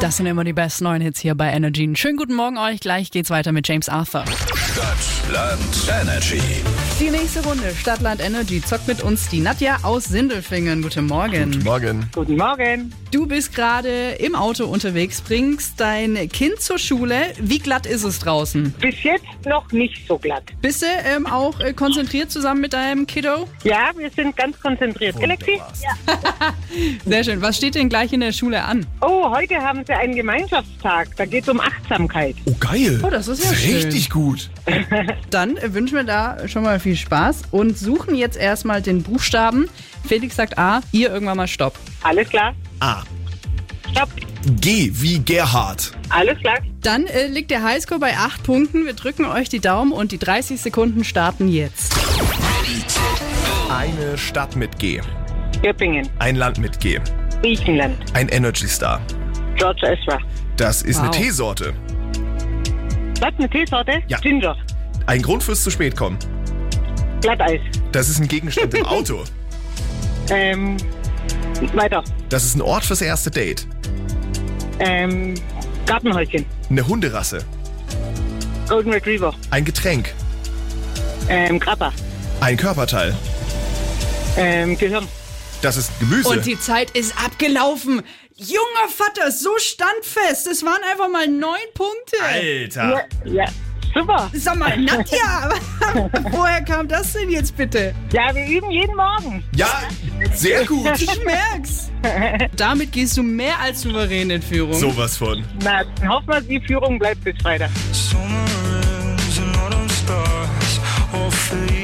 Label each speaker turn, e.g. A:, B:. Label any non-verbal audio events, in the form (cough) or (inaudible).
A: Das sind immer die besten neuen Hits hier bei Energy. Einen Schönen guten Morgen euch. Gleich geht's weiter mit James Arthur.
B: Stadtland Energy.
A: Die nächste Runde, Stadtland Energy, zockt mit uns die Nadja aus Sindelfingen. Guten Morgen.
C: Morgen.
D: Guten Morgen.
A: Du bist gerade im Auto unterwegs, bringst dein Kind zur Schule. Wie glatt ist es draußen?
D: Bis jetzt noch nicht so glatt.
A: Bist du ähm, auch äh, konzentriert zusammen mit deinem Kiddo?
D: Ja, wir sind ganz konzentriert. Galaxy? Ja.
A: Sehr schön. Was steht denn gleich in der Schule an?
D: Oh, heute haben sie einen Gemeinschaftstag. Da geht es um Achtsamkeit.
C: Oh, geil.
A: Oh, das ist ja
C: Richtig gut.
A: Dann äh, wünschen wir da schon mal viel Spaß und suchen jetzt erstmal den Buchstaben. Felix sagt A, ihr irgendwann mal Stopp.
D: Alles klar.
C: A.
D: Stopp.
C: G wie Gerhard.
D: Alles klar.
A: Dann äh, liegt der Highscore bei 8 Punkten. Wir drücken euch die Daumen und die 30 Sekunden starten jetzt.
C: Eine Stadt mit G.
D: Göppingen,
C: Ein Land mit G.
D: Griechenland,
C: Ein Energy Star.
D: George Ezra.
C: Das ist eine
A: Wow.
C: Teesorte.
D: Was, eine Teesorte?
C: Ja.
D: Ginger.
C: Ein Grund fürs zu spät kommen.
D: Glatteis.
C: Das ist ein
A: (laughs)
C: Gegenstand im Auto.
D: Ähm, weiter.
C: Das ist ein Ort fürs erste Date.
D: Ähm, Gartenhäuschen.
C: Eine Hunderasse.
D: Golden Retriever.
C: Ein Getränk.
D: Ähm, Krabber.
C: Ein Körperteil.
D: Ähm, Gehirn.
C: Das ist Gemüse.
A: Und die Zeit ist abgelaufen. Junger Vater, so standfest. Es waren einfach mal neun Punkte.
C: Alter.
D: Ja, super.
A: Sag mal, Nadja, (laughs) woher kam das denn jetzt bitte?
D: Ja, wir üben jeden Morgen.
C: Ja, sehr gut.
A: Ich merk's. Damit gehst du mehr als souverän in Führung.
C: Sowas von.
D: Na, dann hoffen wir, die Führung bleibt bis Freitag.
E: Summer ends and autumn starts all fade